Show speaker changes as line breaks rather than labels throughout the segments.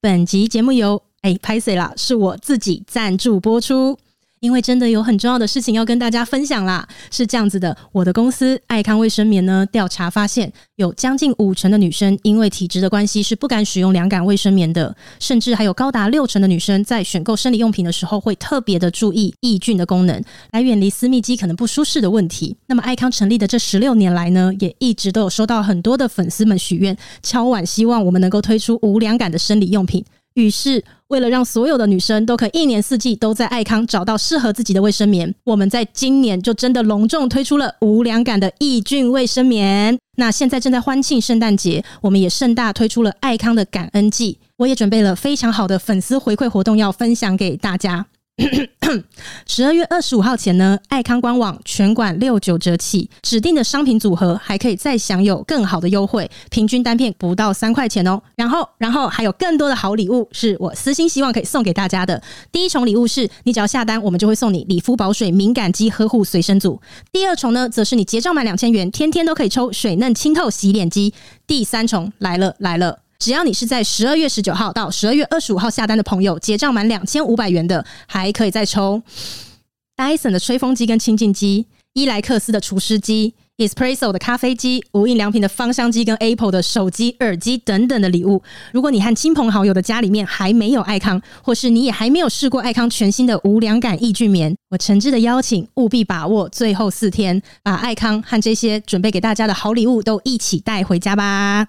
本集节目由哎拍谁啦，是我自己赞助播出。因为真的有很重要的事情要跟大家分享啦，是这样子的，我的公司爱康卫生棉呢，调查发现有将近五成的女生因为体质的关系是不敢使用凉感卫生棉的，甚至还有高达六成的女生在选购生理用品的时候会特别的注意抑菌的功能，来远离私密肌可能不舒适的问题。那么爱康成立的这十六年来呢，也一直都有收到很多的粉丝们许愿，敲碗希望我们能够推出无凉感的生理用品。于是，为了让所有的女生都可以一年四季都在爱康找到适合自己的卫生棉，我们在今年就真的隆重推出了无凉感的抑菌卫生棉。那现在正在欢庆圣诞节，我们也盛大推出了爱康的感恩季。我也准备了非常好的粉丝回馈活动要分享给大家。十二月二十五号前呢，爱康官网全馆六九折起，指定的商品组合还可以再享有更好的优惠，平均单片不到三块钱哦。然后，然后还有更多的好礼物是我私心希望可以送给大家的。第一重礼物是你只要下单，我们就会送你理肤保水敏感肌呵护随身组；第二重呢，则是你结账满两千元，天天都可以抽水嫩清透洗脸机；第三重来了来了。只要你是在十二月十九号到十二月二十五号下单的朋友，结账满两千五百元的，还可以再抽戴森的吹风机跟清净机、伊莱克斯的除湿机、Espresso 的咖啡机、无印良品的芳香机跟 Apple 的手机、耳机等等的礼物。如果你和亲朋好友的家里面还没有爱康，或是你也还没有试过爱康全新的无凉感抑菌棉，我诚挚的邀请，务必把握最后四天，把爱康和这些准备给大家的好礼物都一起带回家吧。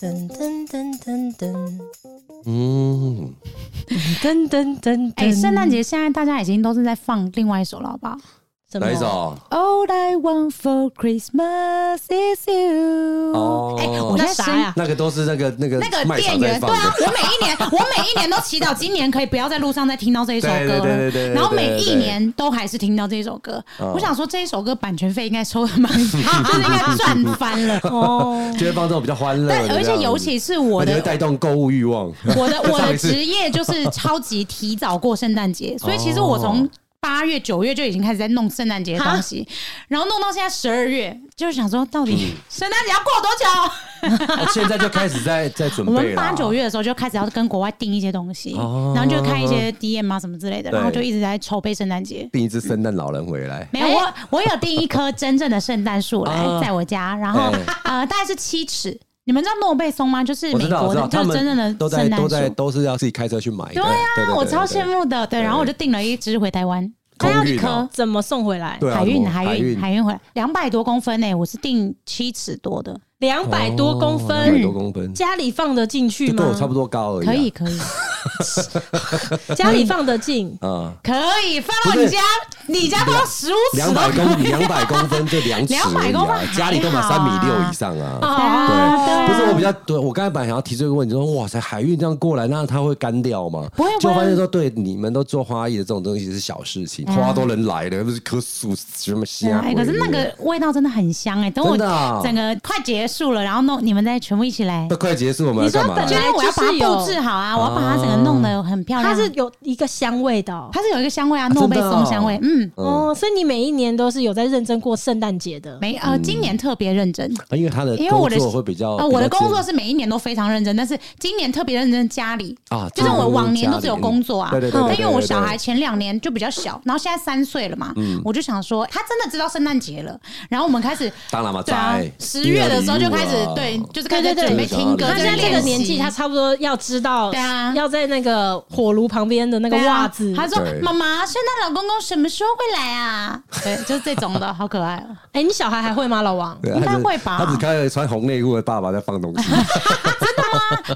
噔噔噔噔噔
嗯，
噔噔噔
哎，
噔！
圣诞节现在大家已经都是在放另外一首了，好不好
什
哪一
么？
哦
首？
？All I want for Christmas is you。
哦
哎，我
那
在
啥
声
呀？
那个都是那个那个
那个
卖
店
场在
员，
放
对啊，
的，
我每一年，我每一年都祈祷今年可以不要在路上再听到这一首歌
对
了。
对对对对
然后每
对哦
一
对
年都还是听到这一首歌，我想说这一首歌版权费应该收的蛮， 就是应该赚翻了。
哦，
就会放这种比较欢乐的这
啊但
样子。
而且尤其是我
我觉得
的
带动购物欲 望。
我的我
上
的
一次
职业就是超级提早过圣诞节，所以其实我
哦
从八月九月就已经开始在弄圣诞节的东西，然后弄到现在十二月，就是想说到
嗯
底圣诞节要过多久？
现在就开始在在准
我
备了。
们八九月的时候就开始要跟国外订一些东西，
哦
然后就看一些 DM 啊什么之类的，
对
然后就一直在筹备圣诞节。
订一只圣诞老人回来，
没有我，我有订一棵真正的圣诞树来
哎哦
在我家，然后
对
呃大概是七尺。你们知道诺贝松吗？就是
我
美
知道，我
国
知道，
的，就
他
是真正的
们都在
圣诞
都在
树。
都是要自己开车去买的。
对啊，我超羡。
对对
慕的。对，然后我就订了一只回台湾，它
空
要一
运
颗
哦
怎么送回来？
对啊
海运
什
的
么
海
海
运
运
海运回来，两百多公分呢，我是订七尺多的，
两百
哦
多公
两百
分，
哦多公分，
家里放得进去
就跟
吗
我？差不多高而已啊。，
可以可以
家里放得进
啊，
可以放到你家，你家都要十五尺哦
两百
了。
公两百公分就两尺而已啊，
200公分
家里都买
还好
三
啊
米六以上啊。
啊对啊
不是我比较对，我刚才本来想要提这个问题，说哇塞，海运这样过来，那它会干掉吗？
不会不
就
会
发现说，对，你们都做花艺的这种东西是小事情，花都能来的，不是棵树什么
对
香
啊。哎，可是那个味道真的很香哎！等我
真的啊
整个快结束了，然后弄你们再全部一起来
那。快结束，我们要干嘛？
本
就
来
是我要把
就是有
它布置好啊，我要把它整个弄得很漂亮。
它是有一个香味的哦。
它是有一个香味啊，
啊真的
诺贝松香味
哦。
嗯，
哦，所以你每一年都是有在认真过圣诞节的。
没
嗯
呃，今年特别认真。
啊因为他的
因为我
呃工
的
作会比较，
呃，我的
比较
工作
自
是每一年都非常认真，但是今年特别认真家里
啊
就是我往年
家
都只有
里
工作啊，
对对对对
但因为我
对对嗯
小孩前两年就比较小，然后现在三岁了嘛，我就想说他真的知道圣诞节了，然后我们开始
当然嘛
对啊
在，
十月的时候就开始
第二礼物啊
对，就是开
对
始
对
准备
对，
听歌，
他现在这个
练习
年纪，他差不多要知道，
对啊
要在那个火炉旁边的那个
对啊
袜子。
他说
对
妈妈，圣诞老公公什么时候会来啊？对，就是这种的，好可爱哦。
哎，你小孩还会吗，老王？
对
应该
他只
会吧
他只看到穿红内裤的爸爸在放东 西，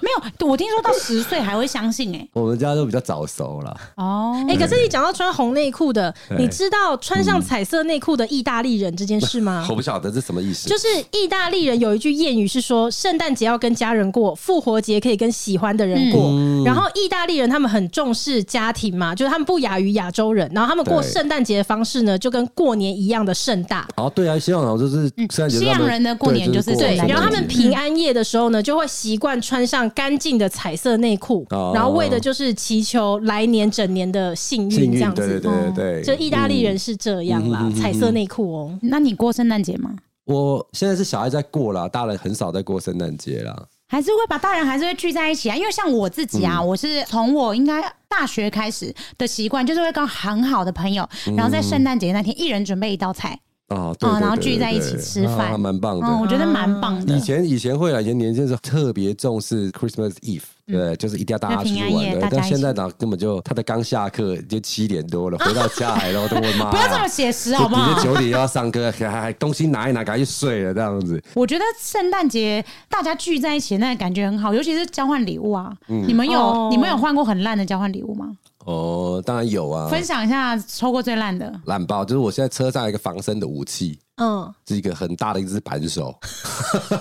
没有，我听说到十岁还会相信哎，
我们家都比较早熟了。
哦，
哎，可是你讲到穿红内裤的，
对嗯
你知道穿上彩色内裤的意大利人这件事
啊
吗？
我不晓得这什么意思，
就是意大利人有一句谚语是说，圣诞节要跟家人过，复活节可以跟喜欢的人过。
嗯
然后意大利人他们很重视家庭嘛，就是他们不亚于亚洲人，然后他们过
对
圣诞节的方式呢，就跟过年一样的盛大。
哦，对啊，西洋人就是圣诞节
嗯西洋人的过年
对就
就是
对
圣，诞节
然后他们
平
平安夜的时候呢，就会习惯穿上干净的彩色内裤，
哦
然后为的就是祈求来年整年的幸
幸
运这
运，
样
对
子。
对对对对，嗯
就意大利人是这样啦，彩色内裤哦。
那你过圣诞节吗？
我现在是小孩在过啦，大人很少在过圣诞节啦。
还是会把大人还是会聚在一起啊，因为像我自己啊，
嗯
我是从我应该大学开始的习惯，就是会跟很好的朋友，
嗯
然后在圣诞节那天一人准备一道菜，
啊，对
哦
对
然后
对
聚
对
在一
对
起
对
吃
啊
饭
蛮棒的。
嗯，我觉得蛮棒的
以。前以前会啦，以前年轻的时候特别重视 Christmas Eve，对，就是一定要大家
就
出
嗯平
去
安
玩
夜
的
大。家
但
一
现
起
在哪根本就他的刚下课就七点多 了，回到家来了，我的我妈呀，
不要这么写实好不
就
好？
九点要上课，还还东西拿一拿，赶快去睡了这样子。
我觉得圣诞节大家聚在一起那个感觉很好，尤其是交换礼物啊。
嗯
你们有、
哦
你们有换过很烂的交换礼物吗？
哦，当然有啊，
分享一下抽过最 烂的。
懒包就是我现在车上有一个防身的武器，
嗯，
是一个很大的一只扳手。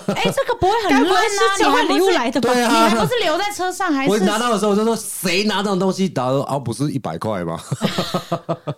哎、这个不会很
该
烂
不会
啊！
是交换
你还
礼
不
物
是
来的吧？
对
你还不
啊，
是留在车上，还
我
哎是
拿到的时候就说谁拿这种东西？然后啊，不是一百块吗？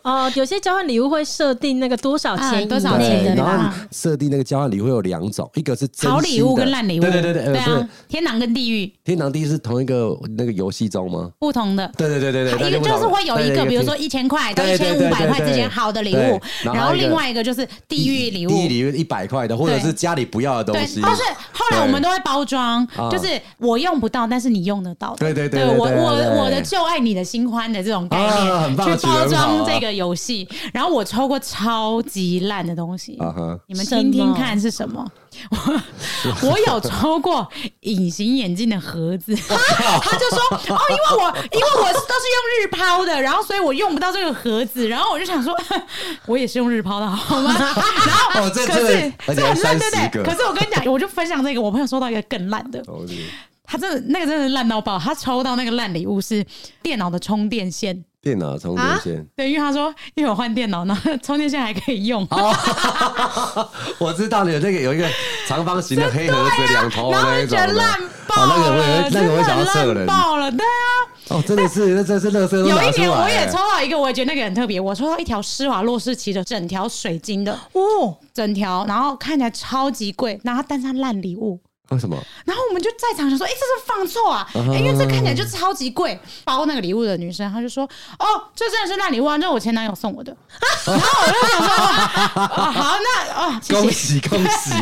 哦，有些交换礼物会设定那个多少
啊
钱以
多少
内
钱
的
对，
对
啦。
然后
吧
设定那个交换礼物有两种，一个是真心的
好礼物跟烂礼物？
对对对对，
对
呃不是
啊，天堂跟地狱
天堂地是同一个那个游戏中吗？
不同的。
对对对对对，大
一
家
个
不
哎就是
懂
会有一
对
个，
对
比如
天
说一千块到一
对对
千
对
五百块
对对
之间好的礼
对
物，
然后
然后
一个
另外一个就是地狱礼
地狱
物。
礼物一百块的，或者
对
是家里不要的东
对，哦
西。
但是后来我们都会包装
啊，
就是我用不到，但是你用得到的。
对对对
对
对
我
对对对
我我的就爱你的新欢的这种概
啊
念
很棒
去
取得
包
很好啊
装这个游戏。然后我抽过超级烂的东西
啊哈，
你们听听看是什么？我 我有抽过隐形眼镜的盒子， 他就说哦，因为我因为我都是用日抛的，然后所以我用不到这个盒子，然后我就想说， 我也是用日抛的好吗？然后
哦，这
可是
这而且
这
还
很
三
烂，
十
对不对？
个
可，是我跟你讲，我就分享这个，我朋友收到一个更烂的，
哦这个
他真的那个真的是烂到爆，他抽到那个烂礼物是电脑的充电线。
电脑充电线，
对，因为他说，因为我换电脑呢，充电线还可以用，
哦我知道你有那个有一个长方形的黑盒子，两头
然
的
后
那
就
一
觉
种的
得烂爆
哦那个我
了
也，会那个我也想要
真的
射
烂
人。
爆了，对啊。
哦，真的是，那真是乐色都
有
拿
一
出来
年
了。
我也抽到一个，我也觉得那个很特别，我抽到一条施华洛世奇的整条水晶的
哦，
整条，然后看起来超级贵，然后它但是它烂礼物，
为什么？
然后我们就在场想说，哎、这是放错啊、
嗯
诶因为这看起来就超级贵。包那个礼物的女生，她就说，哦，这真的是烂礼物啊，这是我前男友送我 的。然后我就想说，哦、好，那哦，谢
恭
谢。
喜恭 喜，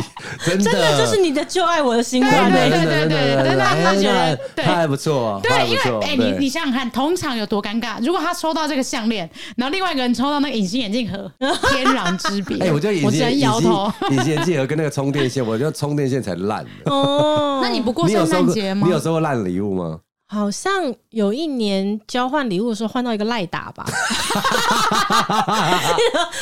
真的
真的就是你的就爱我的新欢呢
真的
对
真的真的
对对
真
对对
的，
对
哎
对对
那
对
他还不错，他还不
对，因为
错。
哎、你你想想看，同场有多尴尬？如果他抽到这个项链，然后另外一个人抽到那个隐形眼镜盒，天壤之别。
哎，我觉得隐
我只
形
能摇头。
隐形眼镜盒跟那个充电线，我觉得充电线才烂。
哦，
那你不过
你有
圣
收
诞
过
节吗
你？有收过烂礼物吗？
好像有一年交换礼物的时候换到一个赖打吧，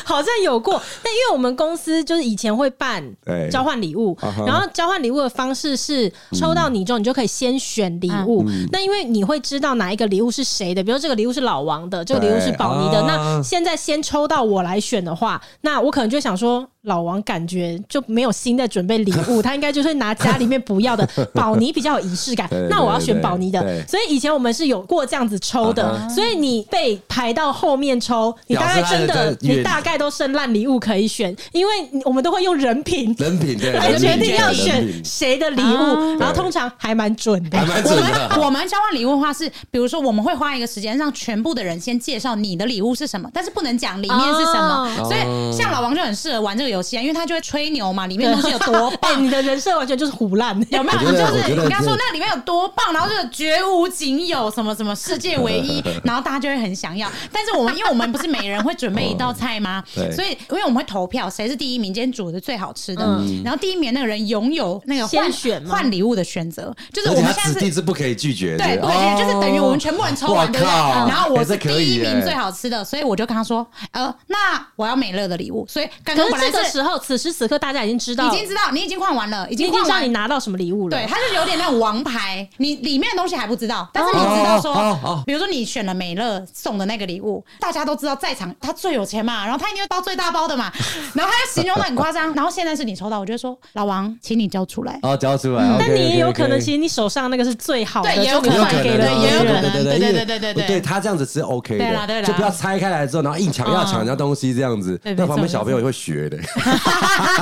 好像有过。但因为我们公司就是以前会办
对
交换礼物
哎啊哈，
然后交换礼物的方式是抽到你之后，你就可以先选礼物。
嗯
那因为你会知道哪一个礼物是谁的，比如这个礼物是老王的，这个礼物是宝妮的。
啊
那现在先抽到我来选的话，那我可能就想说。老王感觉就没有心在准备礼物， 他应该就是会拿家里面不要的。宝妮比较有仪式感
对，对
那我要选
对
宝妮的
对。
所以以前我们是有过这样子抽的，
啊
所以你被排到后面抽，你大概真
表示他
的
的，这
你大概都剩烂礼物可以选，因为你我们都会用人品
人品对，
来
哎
人
决
品
定
对
要
人
选
品
谁的礼物
啊，
然后通常还蛮准
还
的。
蛮
我
准
们
的。
我们交换礼物的话是，比如说我们会花一个时间让全部的人先介绍你的礼物是什么，但是不能讲里面是什么。
哦
所以像老王就很适合玩这个游戏啊，因为他就会吹牛嘛，里面的东西有多
哎，
棒。
你的人设完全就是胡 烂，
有没有？
我觉
就
得我
是
觉
你
得
跟他说嗯
这
那里面有多棒，然后就是绝无仅有，什么什么世界 唯一，然后大家就会很想要。但是我们因为我们不是每人会准备一道 菜吗？
对
所以因为我们会投票，谁是第一名，今天煮的最好吃的
嗯，
然后第一名那个人拥有那个换
先选吗
换礼物的选择，就是
而
我
且
们
他
现
指
在是
定。是不可以拒绝的，
对，不可以，就是等于我们全部人抽完，
哦哇
对不对？
靠
然后我是
哎这可
第
以
一名
耶
最好吃的，所以我就跟他说，呃，那我要美乐的礼物。所以刚
可
刚
是
本来
这个
是
时候，此时此刻大家已经知道，
已经知道你已经换完了，已
已
经
经
换
知道
完
你拿到什么礼物了。
对，它就有点那种王牌，你里面的东西还不知道，但是你知道说，
哦哦哦哦
比如说你选了美乐送的那个礼物，大家都知道在场他最有钱嘛，然后他一定会包最大包的嘛， 然后他就形容的很夸张，然后现在是你抽到，我就说老王，请你交出来。
哦交出
嗯
来。
但
OK，OK，OK
你也有可能，其实你手上那个是最好的，
对也有
就
有
你
可
换给
能
了
啊，
对也有可
别人
能对
因为
对对对对
对，他这样子是 OK
对啦对
的，
啦
就不要拆开来之后，然后硬抢要
嗯
抢人家东西这样子，
对
那
没错
旁边小朋友也会学的。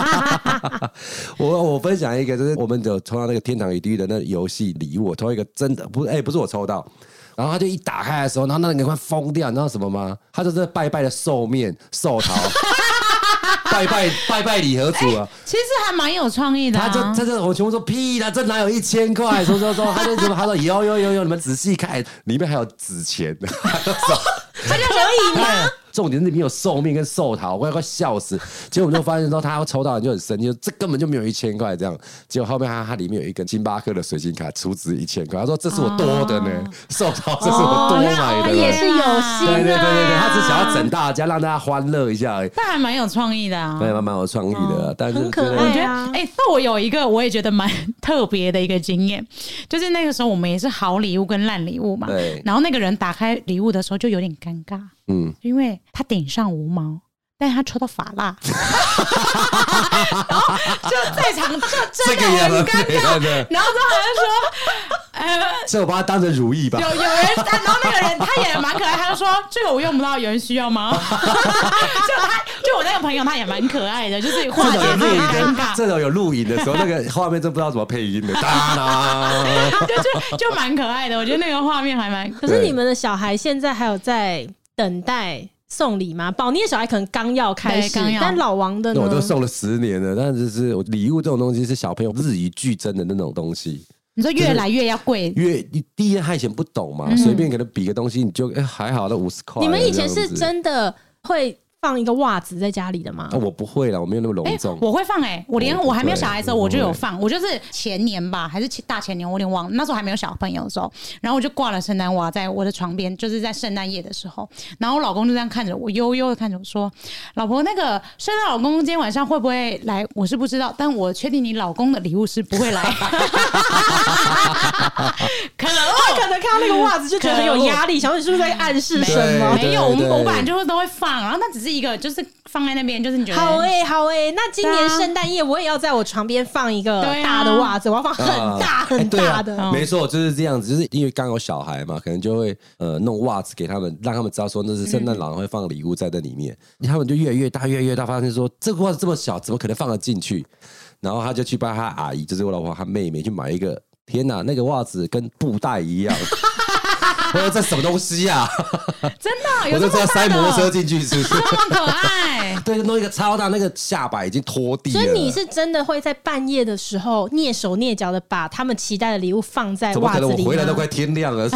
我我分享一个，就是我们有抽到那个《天堂与地狱》的那游戏礼物，我抽一个真的不是，哎、不是我抽到。然后他就一打开的时候， 然后那个人快疯掉，你知道什么吗？他就是拜拜的寿面寿桃，拜拜拜拜礼盒组啊。
其实还蛮有创意的、
他
啊。
这这这，我全部说屁啦，这哪有一千块？说说说，他就什么？他说有有有有，你们仔细看，里面还有纸钱。
他就可以吗？
重点是里面有寿命跟寿桃，我快快笑死！结果我们就发现说他要抽到，你就很生气，就这根本就没有一千块这样。结果后面他他里面有一根星巴克的水晶卡，储值一千块，他说这是我多的呢，寿桃这是我多买
他
的
哦那
也
呢。
是有心啊，
对对对对对，他只想要整大家，让大家欢乐一下而已，
但还蛮有创意的啊。
对，蛮蛮有创意的啊，但是
很可
真的
爱
我觉
对
得，
啊
哎、那我有一个我也觉得蛮特别的一个经验， 就是那个时候我们也是好礼物跟烂礼物嘛
对，
然后那个人打开礼物的时候就有点尴尬，
嗯，
因为他顶上无毛。但是他抽到法蜡， 然后就在场就
这
真
个
的
也
很
很
尴
美
尬，
对对，
然后他好像说，呃，
这我把它当成如意吧
有。有人，然后那个人他也蛮可爱，他就说这个我用不到，有人需要吗？ 就他就我那个朋友他也蛮可爱的，就是化
这种有
解自
录
己
影
的尴
的，
尬，
这种有录影的时候，那个画面真不知道怎么配音的，哒啦。
就是就蛮可爱的。我觉得那个画面还蛮
可是你们的小孩现在还有在等待送礼吗？宝妮的小孩可能刚要开始
对刚，要
但老王的
那
呢？
我都送了十年了，但就是我礼物这种东西是小朋友日以俱增的那种东西，
你说越来越要贵，
因为你第一他以前不懂嘛，随、便给他比个东西你就、哎还好，那五十块。
你们以前是
这样子
真的会放一个袜子在家里的吗
啊？？我不会啦，我没有那么
哎
隆重。
我会放哎、我连
我不
我还没有
会
小孩的时候
我不
我就有
会
放，我就是前年吧，还是前大前年，我有点忘了，那时候还没有小朋友的时候，然后我就挂了圣诞袜在我的床边，就是在圣诞夜的时候，然后我老公就这样看着我，悠悠的看着我说：“老婆，那个圣诞老公公今天晚上会不会来？我是不知道，但我确定你老公的礼物是不会来。 可
哦
他
恶
可能看到那个袜子就觉得很有压力，想说你是不是在暗示什么？
对
没有，我们
对
我本来就会都会放，然后那只是一个，就是放在那边，就是你觉得
好哎、好哎、那今
对
年
啊
圣诞夜我也要在我床边放一个
对啊
大的袜子，我要放很大
啊哎
很
对啊
大的。
没错，就是这样子，就是因为刚有小孩嘛，可能就会呃弄袜子给他们，让他们知道说那是圣诞老人会放礼物在那里面，他们就越来越大，越来越大，发现说这个袜子这么小，怎么可能放得进去？然后他就去帮他阿姨，就是我老婆她妹妹去买一个，天哪，那个袜子跟布袋一 样。我说这什么东西呀、啊？
真的有
我
这
就知道
么大
塞
的，
摩托车进去是不是？
这么可爱。
对，弄一个超大，那个下巴已经拖地了。
所以你是真的会在半夜的时候蹑手蹑脚的把他们期待的礼物放在
怎么
哎袜子
可能？我
里啊
回来都
吗
快？天亮 了。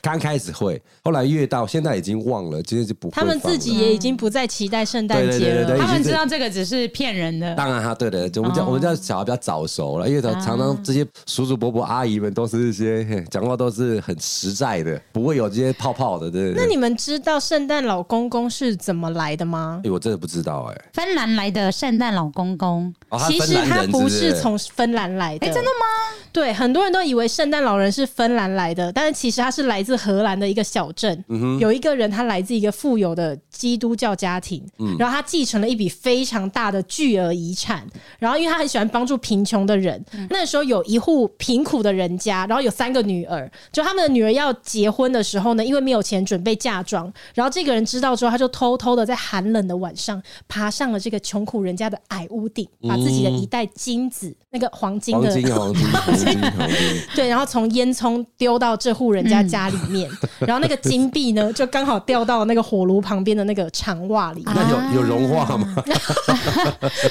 刚开始会，后来越到现在已经忘了，今天就不会
他们自己
放了。
也已经不再期待圣诞
对对
节
对对
了
对。
他们知道哎这个只是骗人的，
当然，他对的，就我们
哦
家、我们家小孩比较早熟了，因为常常常这些叔叔伯伯阿姨们都是一些嘿讲话都是很实在的，不会有这些泡泡的。对对
那
对，
你们知道圣诞老公公是怎么来的吗？
哎，我真的不知道哎、
芬兰来的圣诞老公公，
哦，他
其
芬
实
兰
他
人
不
是
是
不是
从芬兰来的，
哎、真的吗？
对，很多人都以为圣诞老人是芬兰来的，但是其实他是来自荷兰的一个小镇。有一个人他来自一个富有的基督教家庭，然后他继承了一笔非常大的巨额遗产。然后因为他很喜欢帮助贫穷的人，那时候有一户贫苦的人家，然后有三个女儿，就他们的女儿要结婚的时候呢，因为没有钱准备嫁妆，然后这个人知道之后，他就偷偷的在寒冷的晚上爬上了这个穷苦人家的矮屋顶，把自己的一袋金子、那个黄金
黄
的
金 黄金黄金黄金，
对，然后从烟囱丢到这户人
嗯
家家里面，然后那个金币呢，就刚好掉到那个火炉旁边的那个长袜
啊
里。
那有有融化吗？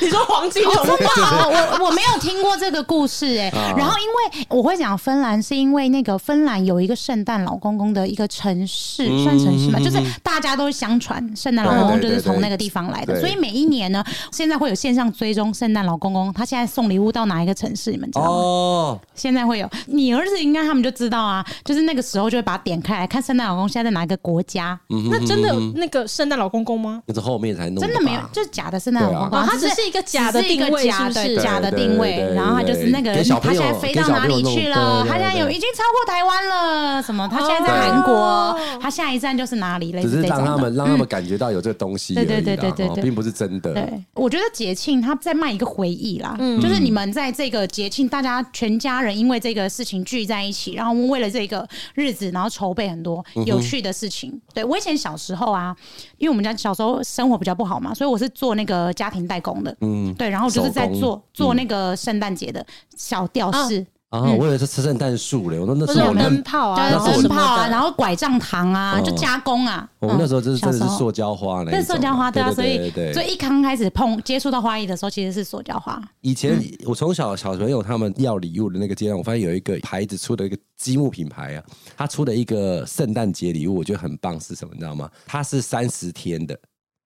你说黄金
哦，
融
真的哦，我我没有听过这个故事哎、然后因为我会讲芬兰，是因为那个芬兰有一个圣诞老公公的一个城市，算城市嘛，就是大家都相传圣诞老公公
对
就
对对
是从那个地方来的，
对
所以每一年呢，现在会有线上追踪圣诞老公公，他现在送礼物到哪一个城市，你
啊
们知道吗？
哦，
现在会有，你儿子应该他们就知道啊，就是那个时候就会把它点开来看圣诞老公现在在哪一个国家，
那真的有
嗯
那个圣诞老公公吗？
那是后面才弄
真
的
的没有
吧，
就是假的圣诞老公
对
公，
啊
它
哦它只是一个假的
只是一个
定位
假的
是不是
假的定
对对
位
对，
然后它就是那个
给
人，
小朋
他
友
现在飞到哪里去
给小朋友弄对
了？
对对
他现在有已经超过台湾了，什么？他现在在韩国
哦，
他下一站哎就是哪里？类
只
似
是
这
让他
种
们
的。
让他们感觉到有这个东西而
对
已啦，
对对对对
哦
对
并不是真的。
对，我觉得节庆他在卖一个回忆啦，
嗯
就是你们在这个节庆，大家全家人因为这个事情聚在一起，然后为了这个日子，然后筹备很多
嗯
有趣的事情。对我以前小时候啊，因为我们家小时候生活比较不好嘛，所以我是做那个家庭代工的，嗯，对，然后就是在
手工
做做那个圣诞节的小吊饰。
啊，我以为是吃圣诞树嘞，我说那时
都是
候我
有
们
灯泡啊，
然后哦我
什
灯泡
么
啊，
的
然后拐杖糖啊，
嗯
就加工啊。
我哦们那时候就是
小
真的
时
是
候
塑胶花那一种
那
啊，
是塑胶花，对啊，所
对
以
对
所以一刚开始碰接触到花艺的时候，其实是塑胶花，
以前我从小小朋友他们要礼物的那个阶段，我发现有一个牌子出的一个积木品牌啊，它出的一个圣诞节礼物，我觉得很棒，是什么？你知道吗？它是三十天的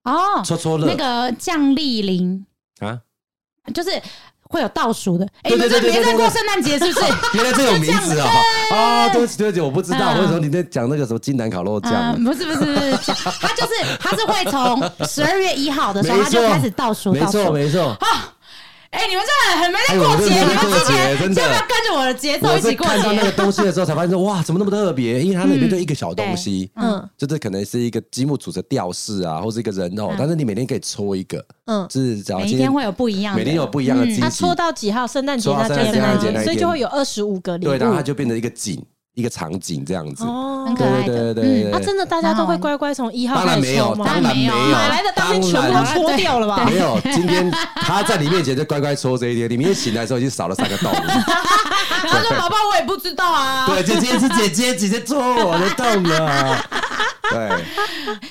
哦，
戳戳乐
那个降力铃
啊，
就是会有倒数的。哎，
对
你们
对
这
对
没
对
在
对
过
对
圣诞节是不 是？
原来这有名字哦！啊，对不起对不起，我不知道，
嗯
我以为你在讲那个什么金南烤肉酱啊
嗯，。不是不是不是，这样他就是他是会从十二月一号的时候，
没
他就
错
开始倒数
没
倒
错
数。
没错，
哎、你们真的很没在过节，
哎我真的
你
没在过
们之
节
前
真的
要不要跟着我的节奏
我
一
是
起过
看到那 个
节？
东西的时候才发现说，哇，怎么那么特别？因为它里面就一个小东西，
嗯
就是可能是一个积木组成吊饰啊，或是一个人偶，但是你每天可以抽一个，
嗯，
就是只要
每
今
一天会有不一样的，
每天嗯有不一样的惊喜。
他抽到几号？圣诞节
抽到
那
圣
天
诞
吗
节那
天
一？
所以就会有二十五个礼物
对，然后它就变成一个景，一个场景这样子。
哦
很可
对
爱
对对
的。
对对
啊，真的大家都会乖乖从一号
当
开
然
始
没
抽
有，
吗？
当然没有，
买来的当天全部都
当
脱掉了吧
然？没有，今天他在你面前就乖乖戳这一天，你明天醒来的时候已经少了三个洞了。
他说：“宝宝，我也不知道啊。
对，姐姐是姐姐，姐姐戳我的 洞了。哦
嗯
对，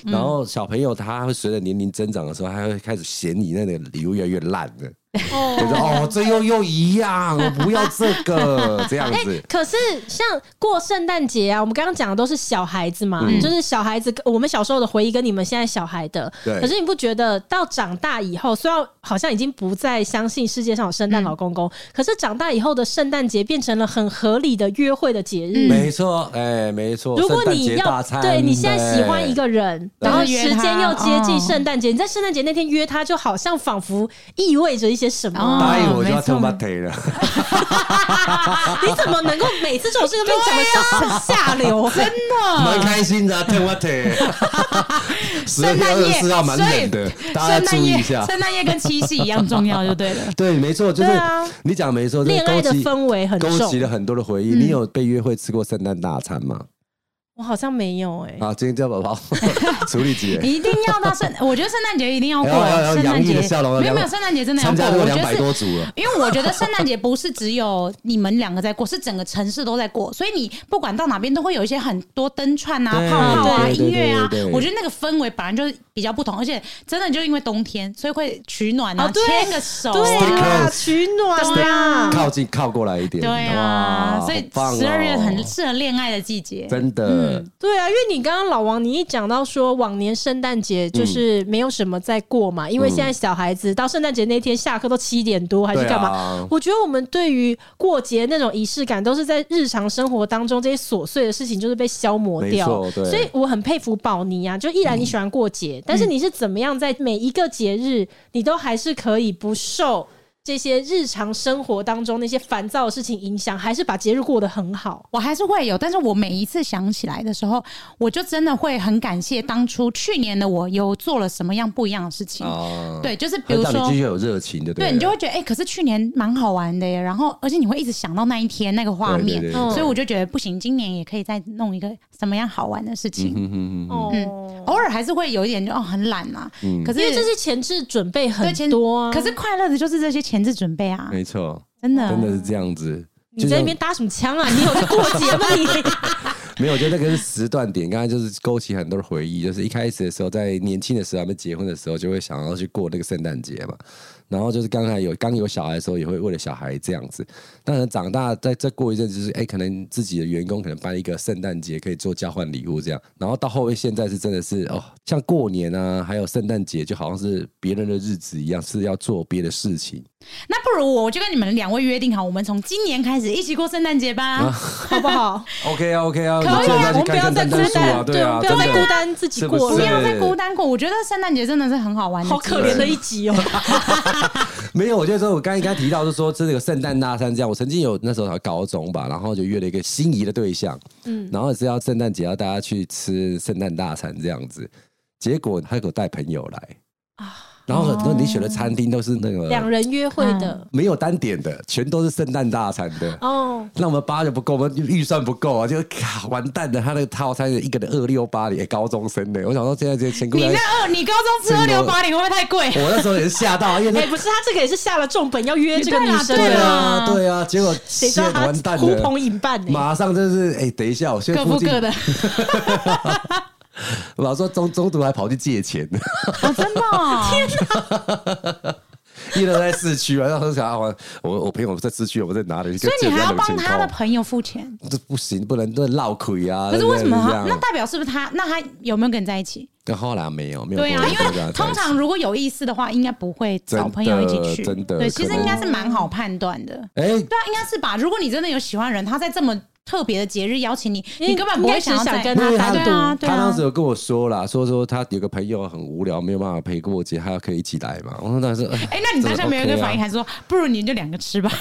然后小朋友他会随着年龄增长的时候，他会开始嫌你那个礼物越来越烂的，就说
哦。
哦，这又又一样，我不要这 个这样
哎、
子。
可是像过圣诞节啊，我们刚刚讲的都是小孩子嘛，
嗯
就是小孩子，我们小时候的回忆跟你们现在小孩的。
对
可是你不觉得到长大以后，虽然好像已经不再相信世界上有圣诞老公
嗯
公，可是长大以后的圣诞节变成了很合理的约会的节日。
没错，哎，没错。
嗯如果
圣诞
你
节
要
大餐
对你现在喜欢一
哎
个人，
对啊
然后
就是约
时间
他
又接近
哦
圣诞节，你在圣诞节那天约他，就好像仿佛意味着一些什么
哦。
答应我就要
没错
t o m a t 了，
嗯你怎么能够每次这种事都被讲
啊
的下下流？真的，
蛮开心的 t o m a t 十二
圣
月
诞
二十
夜，
四号蛮冷的
所以，
大家要
圣
注
诞
意
夜，
一下。
圣诞夜跟七夕一样重要，就对了。
对，没错，就是
对啊
你讲没错，就是
恋爱的
勾起
氛围很
勾起
重。
了很多的回忆。
嗯
你有被约会吃过圣诞大餐吗？
我好像没有哎、
好，今天叫宝宝 处理几个。
嗯 一定要 到圣，我觉得圣诞节一定要过
要要要。
圣
洋
诞
溢的
节
笑容
没有
两
没有，圣诞节真的要
参加
过。
过
我觉
两
得
百
是
多组啊了，
因为我觉得圣诞节不是只有你们两个在过，是整个城市都在过，所以你不管到哪边都会有一些很多灯串啊、
对
泡泡啊、
对对
音乐啊
对对对。
我觉得那个氛围本来就是比较不同，而且真的就因为冬天，所以会取暖
哦
啊，
对
牵个手
对
啊。
啦，
Stay
取暖
对
啦
啊。
靠近靠过来一点。
对啊，
哇
所以
好棒哦
十二月很嗯适合恋爱的季节。
真的
对啊，因为你刚刚老王，你一讲到说往年圣诞节就是
嗯
没有什么在过嘛，因为现在小孩子到圣诞节那天下课都七点多还是干嘛？
对啊
我觉得我们对于过节那种仪式感，都是在日常生活当中这些琐碎的事情就是被消磨掉
没。错对嗯
所以我很佩服宝妮啊，就依然你喜欢过节，但是你是怎么样在每一个节日，你都还是可以不受。这些日常生活当中那些烦躁的事情影响，还是把节日过得很好。
我还是会有，但是我每一次想起来的时候，我就真的会很感谢当初去年的我有做了什么样不一样的事情。
啊，
对，就是
会
比如
让你
说
继续，有热情的，
对
了
你就会觉得，哎、可是去年蛮好玩的耶。然后，而且你会一直想到那一天那个画面，
对对
嗯
对对
所以我就觉得不行，今年也可以再弄一个什么样好玩的事情。
嗯嗯嗯嗯，
哦、
偶尔还是会有一点就哦很懒啊，可是
因为这些前置准备
对
很
前
多啊。
可是快乐的就是这些前置准备啊，
没错，
真的
真的是这样
嗯
子。
你
就
在
像
那边搭什么腔啊？你有在过节吗？你
没有，我觉得那个是时段点，刚才就是勾起很多的回忆，就是一开始的时候，在年轻的时候还没结婚的时候，就会想要去过那个圣诞节嘛。然后就是刚才有刚有小孩的时候，也会为了小孩这样子。当然长大再再过一阵，子，就是哎，可能自己的员工可能办一个圣诞节可以做交换礼物这样。然后到后面现在是真的是哦，像过年啊，还有圣诞节，就好像是别人的日子一样，是要做别的事情。
那不如我我就跟你们两位约定好，我们从今年开始一起过圣诞节 吧。
好不好？
OK 啊，OK 啊，
可以啊，我们不要再孤
圣树啊，
单，
对
我
啊，
们不要再
真
孤
的
单自己
是不
过
是
不
了。
要再孤单过，我觉得圣诞节真的是很好玩的，
好可怜的一集哦！
没有，我就说，我刚才刚提到，就是说这个圣诞大餐这样，我曾经有那时候好高中吧，然后就约了一个心仪的对象，嗯，然后是要圣诞节要大家去吃圣诞大餐这样子，结果他给我带朋友来啊，然后很多你选的餐厅都是那 个
两人约会的
没有单点的，全都是圣诞大餐的。
哦，
那我们八就不够，我们预算不够啊，就咔完蛋了。他那个套餐一个人二六八零，高中生呢、我想说现在这些钱过
你
来，
那二，你高中吃二六八零会不会太贵？
我那时候也是吓到，因为那
哎，不是，他这个也是下了重本要约这个女生
对
对
的，
啊，对啊，结果
谁知道
现在
他
完蛋
呼
了，
朋引伴呢？
马上就是哎、等一下，我现在
嗯各
附
付
近，
各的，
我老说中中途还跑去借钱，
哦，真的 哦，
一人在市区啊，然后想啊我我我朋友在市区，我在哪里？
所以你还要帮他的
朋
朋友付钱。
哦这不行，不能这闹亏啊！
可是
对不
为
对
什么
就这
他？
样
那代表是不是他？那他有没有跟你在一起？
那后来没有没有
对
跟我
啊，
朋
因
友这样在
为
一起？
通常如果有意思的话，应该不会找朋友一起去。
真的真的
对，
可
其实
能
应该是蛮好判断的。
哎、
对啊，应该是吧。如果你真的有喜欢的人，他在这么特别的节日邀请你，
因为
你根本不
应
会
该只
要
想
再
嗯
跟他
对啊
单独
对啊，对
他当
啊
时。有跟我说啦，说说他有个朋友很无聊，没有办法陪过节，他可以一起来嘛。我说当时，
哎，那你当下没有一
真
个
的 OK 啊
反应，还说不如你就两个吃吧，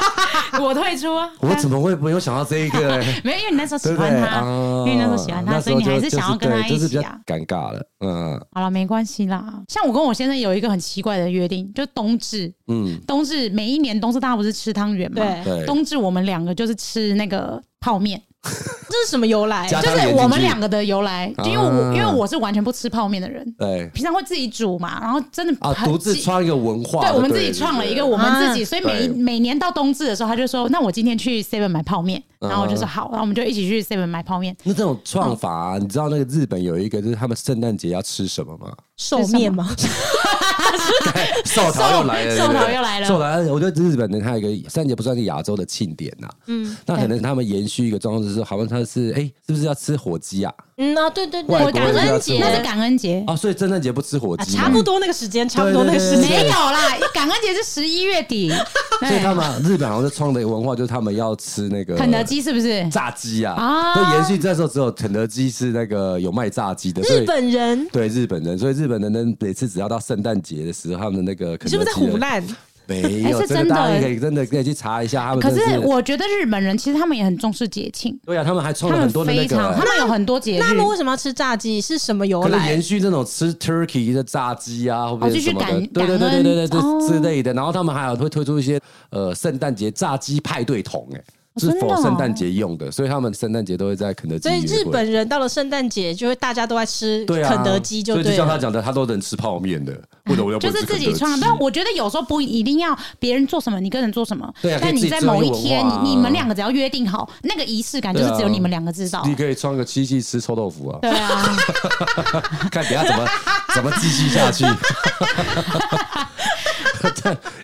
我退出啊。
我怎么会没有想到这一个、呢？
没有，因为你那时候喜
对不
欢
对？
他，
啊
因为那时候喜欢他，
那
所以你
就
还是想要跟他一
就是
起
对
啊。
就是比较尴尬了，嗯
好了，没关系啦。像我跟我先生有一个很奇怪的约定，就冬至，
嗯，
冬至每一年冬至大家不是吃汤圆吗？
对，
对，
冬至我们两个就是吃那个泡面，
这是什么由来？
加
就
啊汤圆
是
进去
我们两个的由来。
啊
因为我因为我是完全不吃泡面的人，
对
平常会自己煮嘛，然后真的
啊，
很
独自
记。
创一个文化，
对，我们
就
自己
了
创了一个，
对不
我
对
们自己，所以每一
对
每年到冬至的时候，他就说：“那我今天去 Seven 买泡面。”然后我就说：“
嗯
好。”然后我们就一起去 Seven 买泡面。
那这种创法啊，你知道那个日本有一个，就是他们圣诞节要吃什么 吗？哎
寿面吗？
寿桃又来了，对不对
寿寿桃又来了
寿桃，我觉得日本人他有一个圣诞节不算是亚洲的庆典呐，嗯，那可能他们延续一个状况，就是好像他是哎，是不是要吃火鸡啊？
嗯啊，对对
外
对，
国
感
人就要
恩
吃
节
完
那是感恩节，
哦，所以圣诞节不吃火
啊
鸡吗，
差不多那个时间，差不多那个时
对
间
对
没有啦，感恩节是十一月底， 哎
所以他
对，
们日本好像是创的一个文化，就是他们要吃那个
肯德基是不是？
炸鸡啊，
啊
就延续这时候只有肯德基是那个有卖炸鸡的，所以
日本人，
对日本人，所以日本人呢每次只要到圣诞节的时候，他们的那个肯德
你是
基的
不是在胡？乱？
没有，
哎是
真
真的
大家可以真的可以去查一下，他们
可
真的
是我觉得日本人其实他们也很重视节庆，
对啊，他们还创
他
了
们
很多的那
非常，他
个。哎
们有很多节日
那他。们为什么要吃炸鸡？是什么由
可能
来
延？续这种吃 turkey 的炸鸡啊，或者
哦继续
什么的，
感
对对对对对对
感恩哦
对之类的。然后他们还有会推出一些呃圣诞节炸鸡派对桶，哎，是
真的
否
哦
圣诞节用的？所以他们圣诞节都会在肯德基
所
约会。
以日本人到了圣诞节，就会大家都在吃
对啊，
肯德基，就
所以就
对
像他
了。
讲的，他都能吃泡面的，为什么我又不
就
能
是
吃
自
肯
己
德
创，
基
但我觉得有时候不一定要别人做什么，你跟人做什么。
对啊可以自
但你
己
在
做
某
一
一
个文
天，
化啊
你你们两个只要约定好，那个仪式感就
对啊
是只有你们两个知道。
你可以创个七夕吃臭豆腐啊，
对啊，
看等一下怎么怎么继续下去。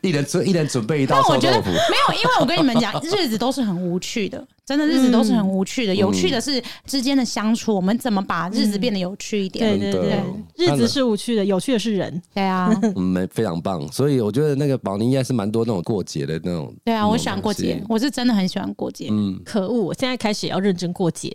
一人准一人准备一道
但
臭
我觉得
豆腐
没，有，因为我跟你们讲，日子都是很无趣的，真的日子都是很无趣的。
嗯
有趣的是之间的相处，我们怎么把日子变得有趣一点？
对对对
嗯真的，
日子是无趣的，有趣的是人。
对啊，
嗯，没非常棒。所以我觉得那个宝妮应该是蛮多那种过节的那种。
对
嗯
啊，我喜
想
欢过节，我是真的很喜欢过节。
嗯
可恶！我现在开始也要认真过节，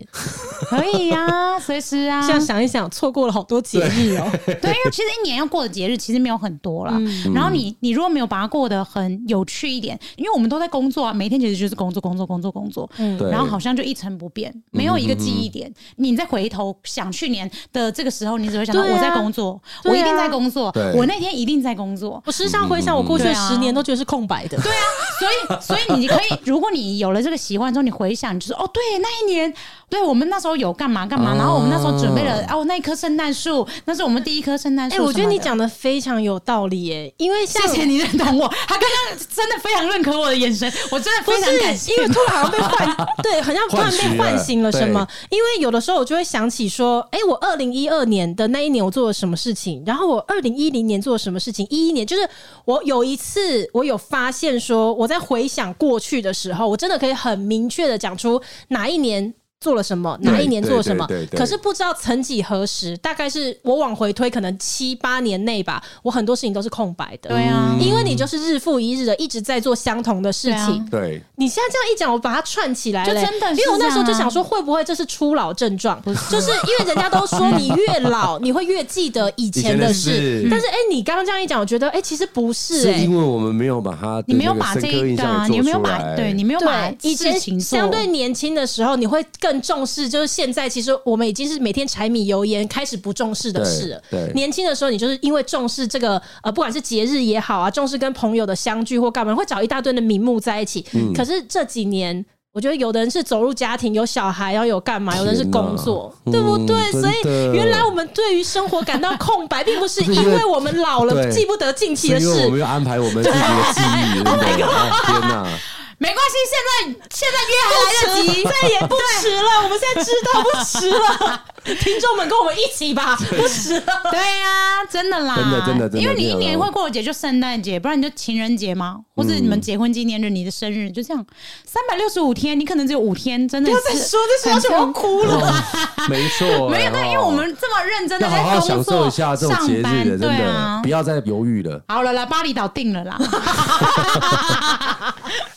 可以 呀，随时啊
现。在想一想，错过了好多节日 哦。
对，因为其实一年要过的节日其实没有很多啦。
嗯
然后你你如果没有把它过得很有趣一点，因为我们都在工作啊，每天其实就是工作工作工作工作，
嗯
对
然后好像就一成不变，没有一个记忆点。你再回头想去年的这个时候，你只会想到
对啊
我在工作，
对啊
我一定在工作
对，
我那天一定在工作。
我时常回想，
嗯
我过去的十年都觉得是空白的。对啊，
所以，所以你可以，如果你有了这个习惯之后，你回想，你就是哦，对，那一年，对我们那时候有干嘛干嘛，
啊
然后我们那时候准备了哦，那一棵圣诞树，那是我们第一棵圣诞树
哎、
什么的。
我觉得你讲的非常有道理耶，因为像
谢谢你认同我，他刚刚真的非常认可我的眼神，我真的
不
非常感
是，
谢。
因为突然好像被 唤，对，好像突然被唤醒了什么
唤。
因为有的时候我就会想起说，哎、我二零一二年的那一年我做了什么事情，然后我二零一零年做了什么事情，一一年就是我有一次我有发现说，我在回想过去的时候，我真的可以很明确的讲出哪一年。做了什么？哪一年做了什么
对对对？对
可是不知道曾几何时，大概是我往回推，可能七八年内吧，我很多事情都是空白的。
对啊，
因为你就是日复一日的一直在做相同的事
对啊
情，
对，
你现在这样一讲，我把它串起来了、
就真的是
因为我那时候
这
就
样啊
想说，会不会这是初老症状？ 就是因为人家都说你越老，你会越记得以前的
以前的
事
事，
但是哎、你刚刚这样一讲，我觉得哎、其实不是
是
哎、
因为我们没有把它的
欸你没有
那
把
个
这
深刻
一
印
个
象
啊，
给
你
做
没有
出
把
来
对，你没有把
对，以
事
前
情做
相对年轻的时候，你会更更重视，就是现在其实我们已经是每天柴米油盐开始不重视的事了。
对对
年轻的时候你就是因为重视这个呃，不管是节日也好啊，重视跟朋友的相聚或干嘛，会找一大堆的名目在一起。
嗯
可是这几年。我觉得有的人是走入家庭，有小孩，然后有干嘛；有的人是工作，
天
对
哪
不对？
嗯
所
真
以
的
原来我们对于生活感到空白，并不 是因为我们老了
对
记不得近期的
是因为我们
事。
又安排我们自己的记忆，对不对？
啊
哦天
Oh
哪！
没关系，现在现在约还来得及。
再也不迟了，我们现在知道不迟了。听众们跟我们一起 吧，不迟了。
对啊，真的啦，
真的真的真的
因为你一
真的
年会过节就圣诞节，不然你就情人节嘛，或者你们结婚纪念日、你的生日，就这样，三百六十五天，你可能只有五天，真的
不
是
要再说，这说下去我要哭了。
哦没错，
没
哎
有，那因为我们这么认真的
要
在
好好
工
享受
作、
一下这种节
上
日
班，
的，真
对
的
啊
不。要再犹豫了。
好了啦，巴厘岛定了啦，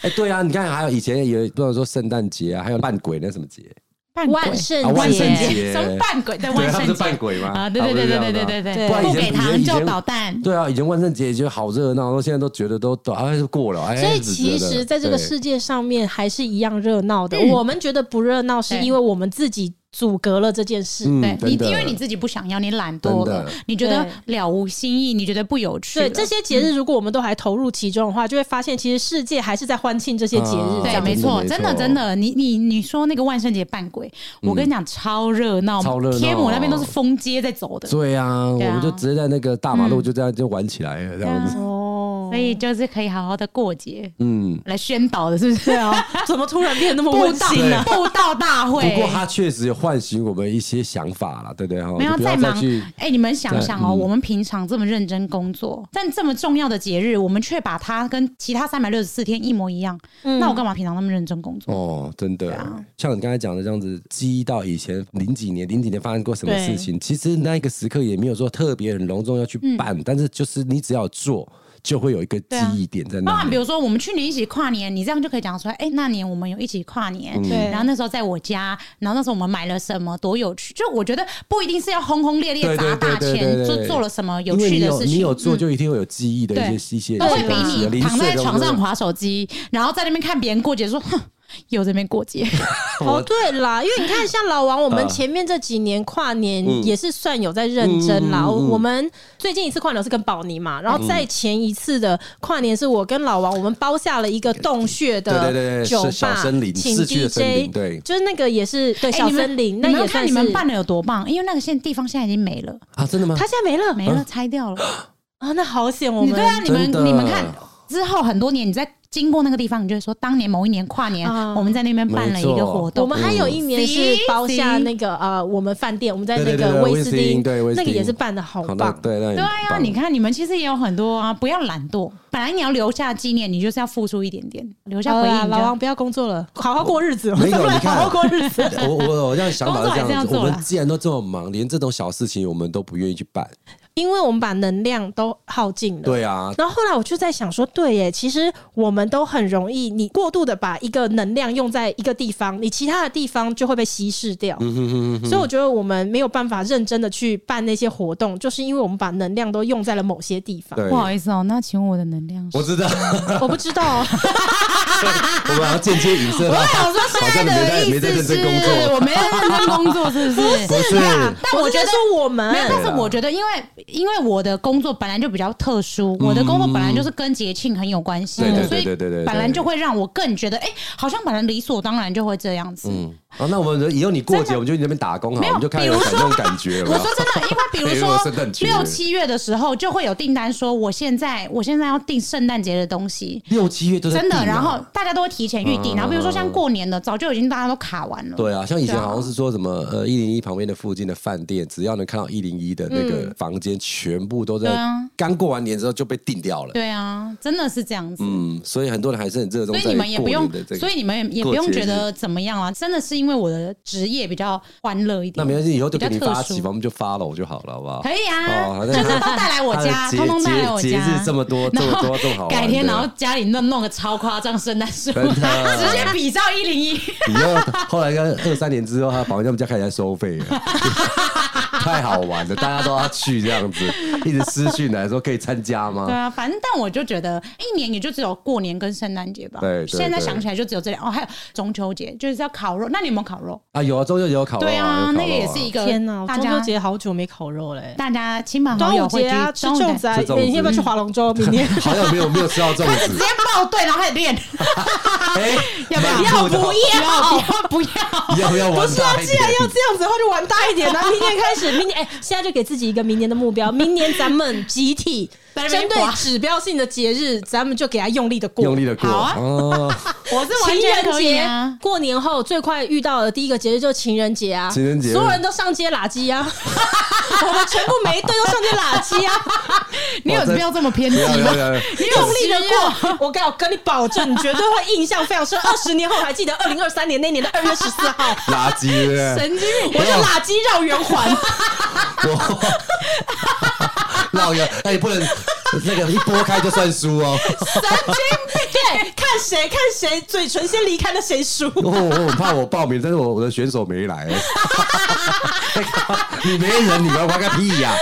哎，对啊，你看，还有以前也不能说圣诞节啊，还有扮鬼那什么节，
扮鬼
万圣
啊万圣
节
节
什么扮鬼？对，万
他们
圣
是
节
扮鬼吗
啊，对
啊
对对
不是
对
这样
对
子啊
对对
不然以
不
前
给糖
以前
就
以前
捣蛋。
对啊，以前万圣节就好热闹，到现在都觉得都哎都哎过了，哎
所以
只
其
觉得
实，在这个世界上面还是一样热闹的。我们觉得不热闹，是
对
因为我们自己阻隔了这件事。
嗯
对
真
你，
的
因为你自己不想要，你懒惰
真的
了，你觉得了无新意，你觉得不有趣了。
对这些节日，如果我们都还投入其中的话，就会发现其实世界还是在欢庆这些节日。
啊
这
对，
样
没错，
真
真
的
的
没错
真的，你你你说那个万圣节扮鬼，我跟你讲超热闹，
嗯超热闹
天母那边都是封街在走的，所
对啊，我
对啊
们就直接在那个大马路就这样就玩起来了，这样子，
哦，
以就是可以好好的过节
嗯。
来宣导的，是不是？对啊，
怎么突然变得那么
布
温
道
馨呢、
啊布道大
不
会。
过它确实有唤醒我们一些想法了，对不对？哈，
没有
就不要
再忙
去，
哎、你们想想哦，
对嗯
我们平常这么认真工作，但这么重要的节日，我们却把它跟其他三百六十四天一模一样，那我干嘛平常那么认真工作？
哦，真的，
啊
像你刚才讲的这样子，记忆到以前零几年、零几年发生过什么事情，其实那一个时刻也没有说特别很隆重要去
嗯
办，但是就是你只要做，就会有一个记忆点在
啊包
那
含比
里。
如说，我们去年一起跨年，你这样就可以讲出来。哎、那年我们有一起跨
嗯
年，
对
然后那时候在我家，然后那时候我们买了什么，多有趣！就我觉得不一定是要轰轰烈烈
对
砸
对
大
对对
钱，
对
就
对
做了什么
因
有
为
趣
你
的
有
事
你
情，嗯
有做，就一定会有记忆的
对
一些一些一些
都会
东西啊
比你
零
躺
碎
在
的
床上
东
划手机，然后在那边看别人过节，说哼，又在那边过 节，
哦，对啦，因为你看，像老王，我
啊
们前面这几年跨年也是算有在认真啦。
嗯嗯嗯嗯嗯嗯
我们最近一次跨年是跟宝妮嘛，然后再前一次的跨年是我跟老王，我们包下了一个洞穴
对
的
对对
酒吧，
是小森林
请
市区的森
DJ，
林对
就是那个也是对
哎
小
你们
森林，
你
那
们
也
看
算
你
是
们办的有多棒，因为那个现地方现在已经没了，
西啊，真的吗
他？现在没了
没了，拆掉了。
啊，那好险我
你
们
对啊，你们
真的
你们看之后很多年，你在经过那个地方，你就会说，当年某一年跨年，
啊
我们在那边办了一
没
个
错
活
我
动。
们还有一年是包
嗯
下那个呃，我们饭店，我们在那
对对对
个
对
威斯
威斯汀
汀
对威，斯
那个也
汀
是办的好
好那
棒。
对对
对啊，你看你们其实也有很多啊，不要懒惰。本来你要留下纪念，你就是要付出一点点，留下
好
呃
回忆。
啦，
你就
老王不要工作了， 好好过日子，我们
没有
来
你看啊
好好过日子。
我我我这样想法
工作还
是
是
这样
要
子，
做
我
啦
们既然都这么忙，连这种小事情我们都不愿意去办，
因为我们把能量都耗尽了。。
对啊，
然后后来我就在想说，对耶，其实我们都很容易，你过度的把一个能量用在一个地方，你其他的地方就会被稀释掉。
嗯
所以我觉得我们没有办法认真的去办那些活动，就是因为我们把能量都用在了某些地方。
对
不，好意思哦，那请问我的能量是
我知道，
我不知道哦、
我们好像间接影射到，
我说
好像
现
没在
在
没
的意
在
思
认
是
真工作，
我没在认真工作，是不 是？
不是
但我觉得说我们
没有，但是我觉得，因为因为我的工作本来就比较特殊，我的工作本来就是跟节庆很有关系
对对
的，
嗯对
所以
对对对对
本来就会让我更觉得，哎，好像本来理所当然就会这样子。
嗯，好，那我们以后你过节，我们就去那边打工好了，
没
我
有
们就看
比
有
如
感这种感觉有没
我
有
说真的，因为比 如
因为
说
我圣诞节
六七月的时候，就会有订单说，我现在我现在要订圣诞节的东西，
六七月都在
真
订啊嗯
的，然后大家都会提前预定，然后比如说像过年的，早就已经大家都卡完了。
对啊，像以前
对啊
好像是说什么呃一零一旁边的附近的饭店，只要能看到一零一的那个房间，全部都在
嗯对啊
刚过完年之后就被订掉了。
对啊，真的是这样子。
嗯，所以很多人还是很热衷在
所以你们也不用
过年的，这个。
所以你们也
过
不用
节日
觉得怎么样啊，真的是因为我的职业比较欢乐一点，
那没关系，以后就给你
比较特
发起
殊
吧，我们就发了我就好了，好不好？
可以啊，
哦
就是都带来我
他
家，
的节
通通带来我
节节
家。
日这么多，这
然
么
后
多，这么好玩
改天
对
然后家里弄弄个超夸张圣诞树，
真的
直接比照一 零一，
你要后来跟二三年之后，他保安他们家开始在收费了， 太好玩了，大家都要去这样子，一直私讯来说可以参加
对
吗？
啊，反正但我就觉得一年也就只有过年跟圣诞节吧。
对对
现在
对
想起来就只有这两哦，还有中秋节就是要烤肉。那你有没有烤肉？
啊，有啊，中秋节有烤肉
对啊，那个也是一
个。
个
天哪，我
大
中
家
秋节好久没烤肉嘞。
大家亲朋好
端
友
午
会
节
聚
啊，吃
中午
粽
的
子啊，
吃粽子
你要不要去划龙舟？明天
好像没有没有吃到粽
直
子
接，报对，然后开始 练，
哎，
要不要
蛮酷的
要不要不要？
要不要
不
玩
是啊
大，一
既然
点？
要这样子的话，就玩大一点啊！明年开始，明年哎、现在就给自己一个明年的目 标，明年咱们集体
在那边
针对
划
指标性的节日，咱们就给他用力的过。
用力的过
好啊
哦，
我是完
情
全
人
可以
节、
啊。
过年后最快遇到的第一个节日就是情人节啊！
情人节
所有人都上街拉鸡 啊！我们全部每一队都上街拉鸡啊！
你有必要这么偏激
不要不
吗
要？不要
你
用
有
力
力
的
的过，
过，我跟我跟你保证，你绝对会印象非常深。二十年后还记得二零二三年那年的二月十四号，
啊
垃圾 对不对
神经病！我就拉鸡绕圆环。
啊
老爷，那哎你不能那个一拨开就算输哦。
神经病！看谁看谁嘴唇先离开了谁输。
我我哦我很怕我报名，但是我我的选手没 来。 你没人，你玩玩个屁呀！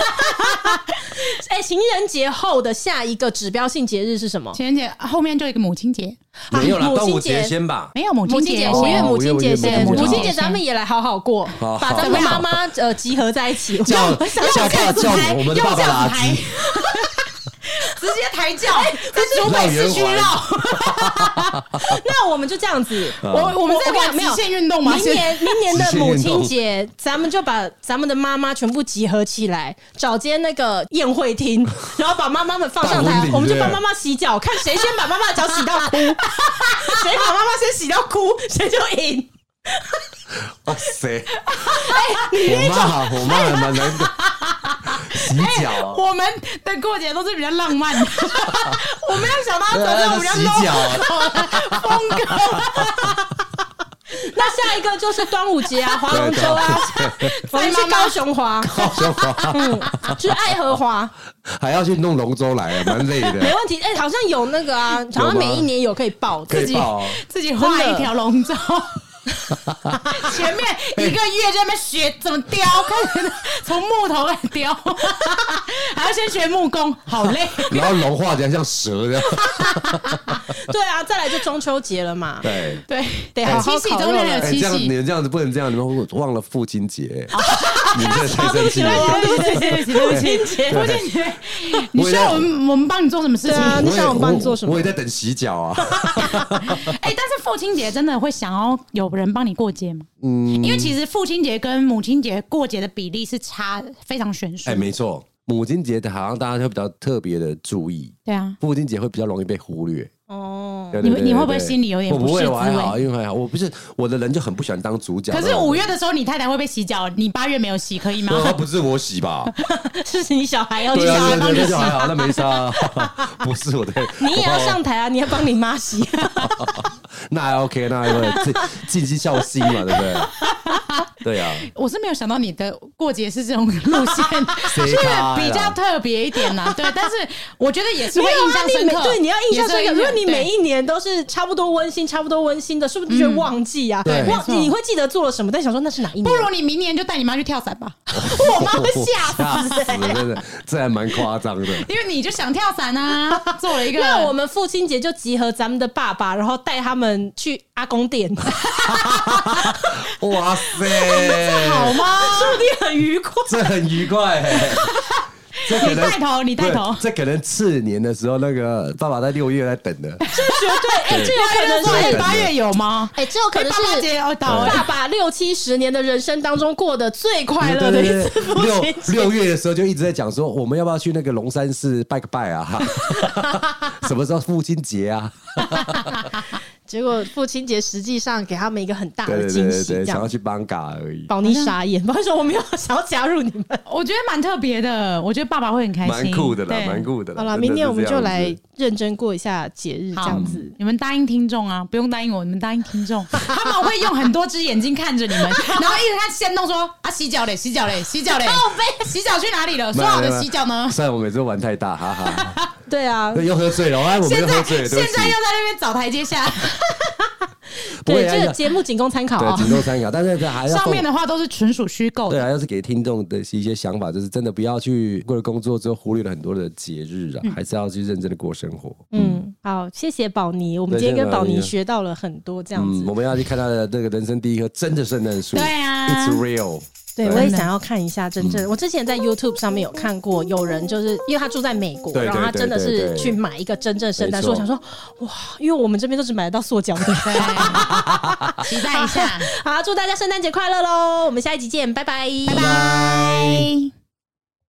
哎、情人节后的下一个指标性节日是什么？
情人节后面就一个母亲节，
没有啦，
母亲
端午
节
节先 吧。
没有母
母
亲
亲
节
节，
哦
五月母亲节
我以为
先，
母亲节
母亲节
好
咱们也来好好过，
好
把咱们妈妈呃集合在一起。我
叫
我想
叫爸叫我们的爸爸垃圾，
直接抬轿，在
绕
竹北市区
圆
绕。 那我们就这样子，
啊
我我们再
我
玩
玩极限运动吗
明年明年的
极限
母
运
亲
动
节，咱们就把咱们的妈妈全部集合起来，找间那个宴会 厅，然后把妈妈们放上
大
台
婚，礼
我们就
对
帮妈妈洗脚，看谁先把妈 妈的脚洗到哭，谁把妈妈先洗到哭，谁就赢。
哇塞！哎我妈好，我妈还蛮难的。洗脚啊，
我们的过节都是比较浪漫的，我没有想到
对
走在我
啊
们家
洗脚啊，
low 风格，
那下一个就是端午节啊，划龙舟啊，我们去
妈妈
高雄划，
好像
嗯，去爱荷华，
还要去弄龙舟来，蛮累
没
的。
问题。哎、好像有那个啊，好像每一年有可以报
可
自
以
己。
报啊，
自己画一条龙舟。前面一个月在那边学怎么雕，开始从木头开始雕，还要先学木工，好累。
然后龙画起来像蛇这样。
对啊，再来就中秋节了嘛，
对，
对，
得好好
七夕
烤肉
中间还
了
有
哎，
七
这样
夕
你，们这样子不能这样，你们忘了父亲 节，你们真的太生气了。
对对对
对不起，
母亲节，
不起，你需要我们我们帮你做什么事
对
情？
啊
哎、
你想我们帮你做什么
我也在等洗脚啊。
但是父亲节真的会想要有人帮你过节吗？嗯，因为其实父亲节跟母亲节过节的比例是差非常悬殊。
哎，没错，母亲节好像大家会比较特别的注意，
对啊，
父亲节会比较容易被忽略。
哦，
对对对
嗯你你会不会
对对
心里有点
我
不
不会，
是
我还
滋味
好，因为还好，我不是我的人就很不喜欢当主角。
可是五月的时候你太太会被洗脚，你八月没有洗可以吗？
对啊，不是我洗吧？
是你小孩要去
对啊，
啊
对，对对，那就还好，那没啥啊， 不是我的。
你也要上台啊，你要帮你妈洗。啊
那还 OK，那还 OK，尽尽孝心嘛，对不对？对啊，
我是没有想到你的过节是这种 路线，
谁
是
开
比较
啊
特别一点呐、对，但是我觉得也是
没
会
有
印
啊，
象
你
深
每
刻。
对你要印象深
也
刻。
是
如
会
果你
对
每一年都是差不多温馨、差不多温馨的，说不定就会忘记啊。
对
忘
没错
你会记得做了什么，但想说那是哪一年？
不如你明年就带你妈去跳伞 吧，
我妈会 吓
欸
死。
死，真的，这还蛮夸张的。
因为你就想跳 伞啊，做了一个。
那我们父亲节就集合咱们的爸爸，然后带他们去阿公店，说
哇塞，
好吗？
不定很愉快。
这很愉快、 这可能
你带头你带头
不是这可能次年的时候，那个爸爸在六月在等的，
这绝对，哎，这有可能
哎
是，
八月有吗？
哎，这有可能
爸爸节
是
要到
爸爸六七十年的人生当中过得最快乐的一次父
六
亲节。
六月的时候就一直在讲说，我们要不要去那个龙山寺拜个拜啊？ 什么时候父亲节啊？
结果父亲节实际上给他们一个很大
对
的
对
惊
对
喜，
对
这
对，想
样
要去邦嘎而已，
宝妮傻眼， 宝妮说我没有想要加入你们。
我觉得蛮特别的，我觉得爸爸会很开心，
蛮酷的啦，
对
蛮。酷的啦。
好了，
真的是
明天我们
这
就
样子
来认真过一下节日，这
好
样子。
你们答应听众啊，不用答应我，你们答应听众，他们会用很多只眼睛看着你们，然后一直看先动说啊洗脚嘞，洗脚嘞，洗脚嘞，洗脚去哪里了？说好的洗脚呢？
算了，我每次都玩太大，哈哈，
对啊
对，又喝醉了，哎，我们哎
现
又
在
喝醉
现
了，对
在又
不起
在那边找台阶下，
不会
对，
啊
这个
要
节目仅供参考
对
啊、
仅供参考，但是这还要
上
奉
面的话都是纯属虚构
对
的。
啊，要是给听众的一些想法，就是真的不要去为了工作之后忽略了很多的节日啊，还是要去认真的过生活。
嗯，好，谢谢宝妮，我们今天跟宝妮学到了很多这样子
嗯，。我们要去看他的那个人生第一棵真的圣诞树。
对啊
，It's real。
对，
对
我也想要看一下真
嗯
正的。我之前在 YouTube 上面有看过，有人就是因为他住在美国，
对对
然后他真的
对对
是
对
去买一个真正圣诞树。
没
我想
错
说，哇，因为我们这边都只买得到塑胶的。
对， 期待一下，
好，祝大家圣诞节快乐喽！我们下一集见，拜拜，拜
拜。